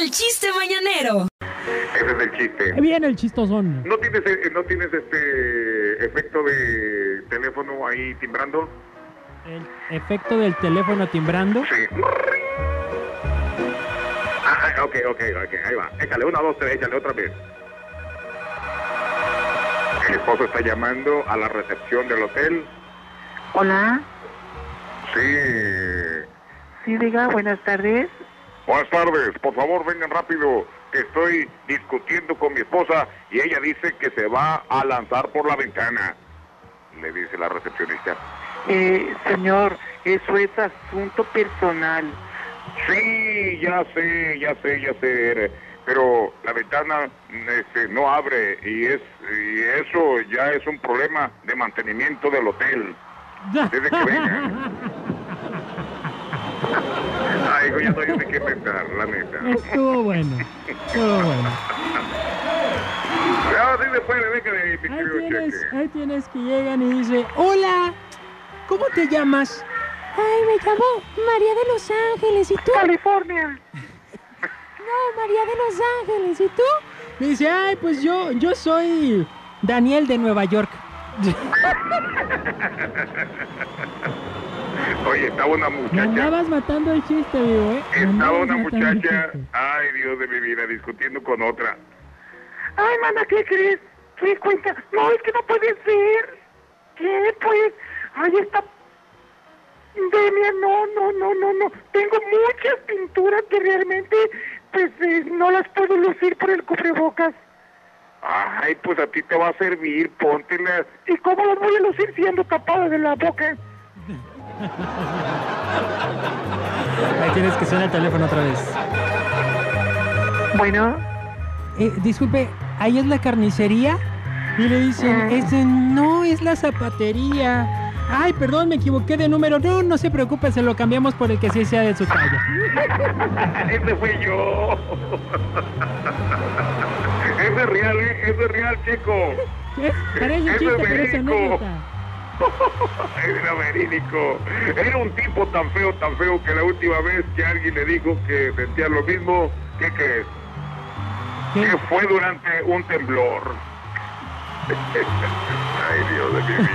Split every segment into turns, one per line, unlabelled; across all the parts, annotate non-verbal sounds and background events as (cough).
el chiste mañanero.
Ese es el chiste.
Bien, el chistosón.
¿No tienes, eh, ¿No tienes este efecto de teléfono ahí timbrando?
El efecto del teléfono timbrando.
Sí. Ah, ah, ok, ok, ok, ahí va. Échale, una, dos, tres, échale otra vez. El esposo está llamando a la recepción del hotel.
Hola,
Sí.
sí, diga, buenas tardes.
Buenas tardes, por favor vengan rápido, que estoy discutiendo con mi esposa y ella dice que se va a lanzar por la ventana. Le dice la recepcionista.
Eh, señor, eso es asunto personal.
Sí, ya sé, ya sé, ya sé, pero la ventana este, no abre y, es, y eso ya es un problema de mantenimiento del hotel. Desde que venga. Ay, hijo, ya no hay de qué inventar, la neta.
(laughs) Estuvo bueno. Estuvo bueno.
Ah, sí se puede, déjale, mi
Ahí
querido
tienes,
Cheque.
ahí tienes que llegan y dice, hola, ¿cómo te llamas?
Ay, me llamo María de Los Ángeles. ¿Y tú?
California.
No, María de Los Ángeles. ¿Y tú?
Me dice, ay, pues yo, yo soy Daniel de Nueva York.
Oye, estaba una
Me
muchacha,
andabas matando el chiste, digo, ¿eh? Me
estaba
andabas
una
matando el
muchacha,
chiste.
ay Dios de mi vida, discutiendo con otra.
Ay, mana, ¿qué crees? ¿Qué cuenta? No, es que no puede ser. ¿Qué, pues? Ay, esta... Demia, no, no, no, no, no. Tengo muchas pinturas que realmente, pues, eh, no las puedo lucir por el cubrebocas.
Ay, pues a ti te va a servir, póntela.
¿Y cómo las voy a lucir siendo tapada de la boca?
Ahí tienes que suena el teléfono otra vez.
Bueno,
Eh, disculpe, ¿ahí es la carnicería? Y le dicen, es en- no, es la zapatería. Ay, perdón, me equivoqué de número. No, no se preocupe, se lo cambiamos por el que sí sea de su talla.
Ese fui yo. (laughs) Ese es real, ¿eh? Ese es real, chico.
¿Qué? Parece
Eso
chiste,
es
pero es
verídico.
anécdota.
Era verídico. Era un tipo tan feo, tan feo que la última vez que alguien le dijo que sentía lo mismo, ¿qué crees?
¿Qué?
Que fue durante un
(laughs)
temblor. Ay, Dios de mi vida.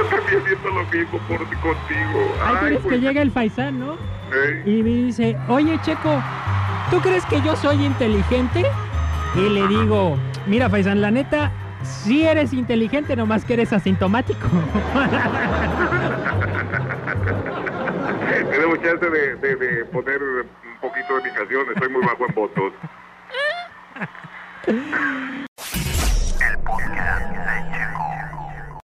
Yo también siento lo mismo por contigo.
Ahí tienes que
pues,
llega el faisán, ¿no?
¿eh?
Y me dice, oye, Checo, ¿tú crees que yo soy inteligente? Y le digo, mira, faisán, la neta, sí eres inteligente, nomás que eres asintomático. (laughs)
eh, Tenemos chance de, de- de poner un poquito de mi canción, estoy muy bajo en votos.